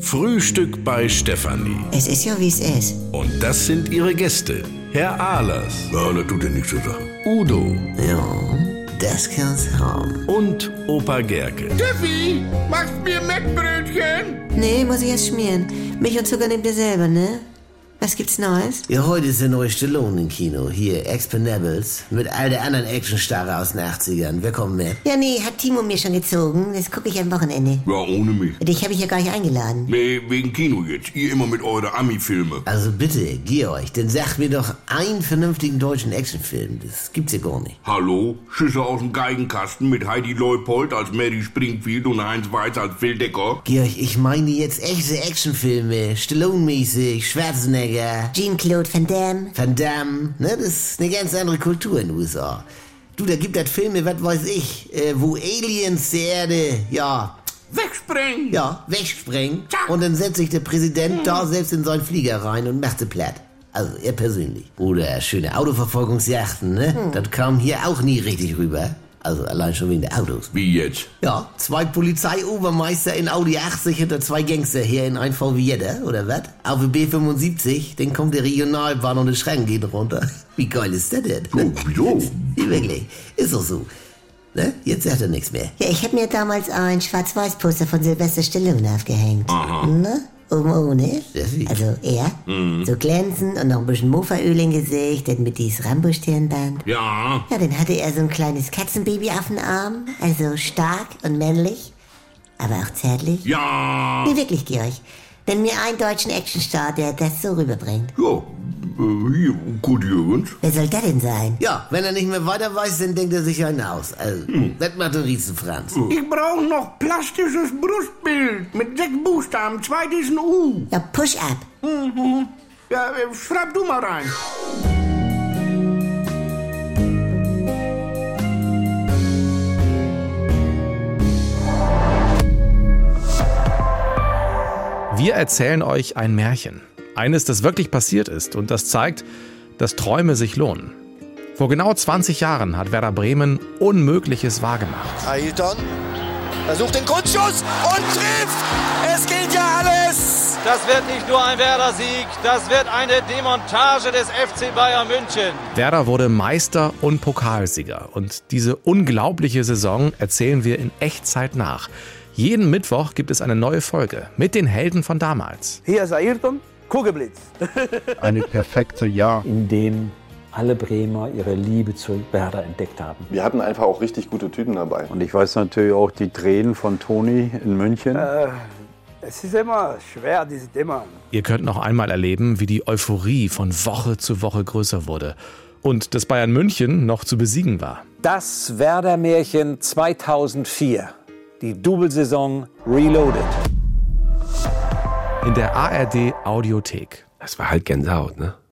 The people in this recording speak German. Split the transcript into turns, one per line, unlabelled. Frühstück bei Stefanie.
Es ist ja, wie es ist.
Und das sind ihre Gäste. Herr Ahlers,
Ja, das tut dir nichts zu sagen.
Udo
Ja, das kann's haben.
und Opa Gerke.
Tiffy, machst mir Mettbrötchen?
Nee, muss ich erst schmieren. Milch und Zucker nehmt ihr selber, ne? Was gibt's Neues?
Ja, heute ist der neue Stallone im Kino. Hier, Expendables. Mit all der anderen Actionstarre aus den 80ern. Wer kommt mit?
Ja, nee, hat Timo mir schon gezogen. Das gucke ich am Wochenende.
Ja, ohne mich.
Dich habe ich ja gar nicht eingeladen.
Nee, wegen Kino jetzt. Ihr immer mit euren Ami-Filme.
Also bitte, Georg, dann sag mir doch einen vernünftigen deutschen Actionfilm. Das gibt's ja gar nicht.
Hallo? Schüsse aus dem Geigenkasten mit Heidi Leupold als Mary Springfield und Heinz Weiß als Phil Decker.
Georg, ich meine jetzt echte Actionfilme. Stallone-mäßig, Schwarzenegger,
Jean-Claude Van Damme.
Van Damme. Ne, das ist eine ganz andere Kultur in den USA. Du, da gibt es Filme, was weiß ich, äh, wo Aliens die Erde, ja,
Wegspringen!
ja, wegspringen. Und dann setzt sich der Präsident da selbst in seinen Flieger rein und macht sie platt. Also er persönlich. Oder schöne Autoverfolgungsjachten, ne? Das kam hier auch nie richtig rüber. Also allein schon wegen der Autos.
Wie jetzt?
Ja, zwei Polizeiobermeister in Audi 80 hinter zwei Gangster hier in ein VW Jetta, oder was? Auf die B75, dann kommt der Regionalbahn und der Schrank geht runter. Wie geil ist das denn?
Oh, wieso?
Wirklich, ist doch so. Ne? Jetzt sagt er nichts mehr.
Ja, ich hab mir damals ein Schwarz-Weiß-Poster von Sylvester Stallone aufgehängt. Aha. Ne? Oben ohne.
Steffi.
Also er. So glänzend und noch ein bisschen Mofaöl im Gesicht, dann mit dieses Rambo-Stirnband.
Ja.
Ja, dann hatte er so ein kleines Katzenbaby auf dem Arm. Also stark und männlich, aber auch zärtlich.
Ja.
Nee, wirklich, Georg. Nenn mir einen deutschen Actionstar, der das so rüberbringt.
Ja. äh, Hier, Kurt Jürgens.
Wer soll der denn sein?
Ja, wenn er nicht mehr weiter weiß, dann denkt er sich einen aus. Also, das macht ein Riesenfranz.
Ich brauche noch plastisches Brustbild mit sechs Buchstaben, zwei ist ein U.
Ja, Push-Up.
Ja, äh, schreib du mal rein.
Wir erzählen euch ein Märchen. Eines, das wirklich passiert ist und das zeigt, dass Träume sich lohnen. Vor genau 20 Jahren hat Werder Bremen Unmögliches wahrgemacht.
Ailton versucht den Grundschuss und trifft. Es geht ja alles.
Das wird nicht nur ein Werder-Sieg, das wird eine Demontage des FC Bayern München.
Werder wurde Meister und Pokalsieger. Und diese unglaubliche Saison erzählen wir in Echtzeit nach. Jeden Mittwoch gibt es eine neue Folge mit den Helden von damals.
Hier ist Ayrton, Kugelblitz.
eine perfekte Jahr.
in dem alle Bremer ihre Liebe zu Werder entdeckt haben.
Wir hatten einfach auch richtig gute Typen dabei.
Und ich weiß natürlich auch die Tränen von Toni in München.
Es ist immer schwer, dieses Thema.
Ihr könnt noch einmal erleben, wie die Euphorie von Woche zu Woche größer wurde und dass Bayern München noch zu besiegen war.
Das Werder-Märchen 2004. Die Doublesaison Reloaded.
In der ARD Audiothek.
Das war halt Gänsehaut, ne?